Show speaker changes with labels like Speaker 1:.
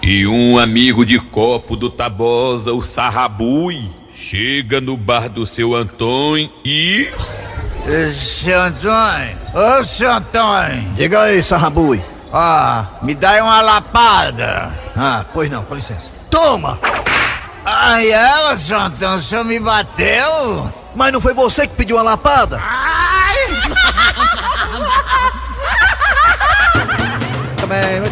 Speaker 1: E um amigo de copo do Tabosa, o Sarrabui, chega no bar do seu Antônio e.
Speaker 2: Ô, Seu Antônio, ô seu Antônio,
Speaker 3: Diga aí, Sarrabui.
Speaker 2: ó, me dá uma lapada.
Speaker 3: Ah, pois não, com licença. Toma!
Speaker 2: Ai, ela, seu Antônio, o senhor me bateu?
Speaker 3: Mas não foi você que pediu a lapada? Muito bem, muito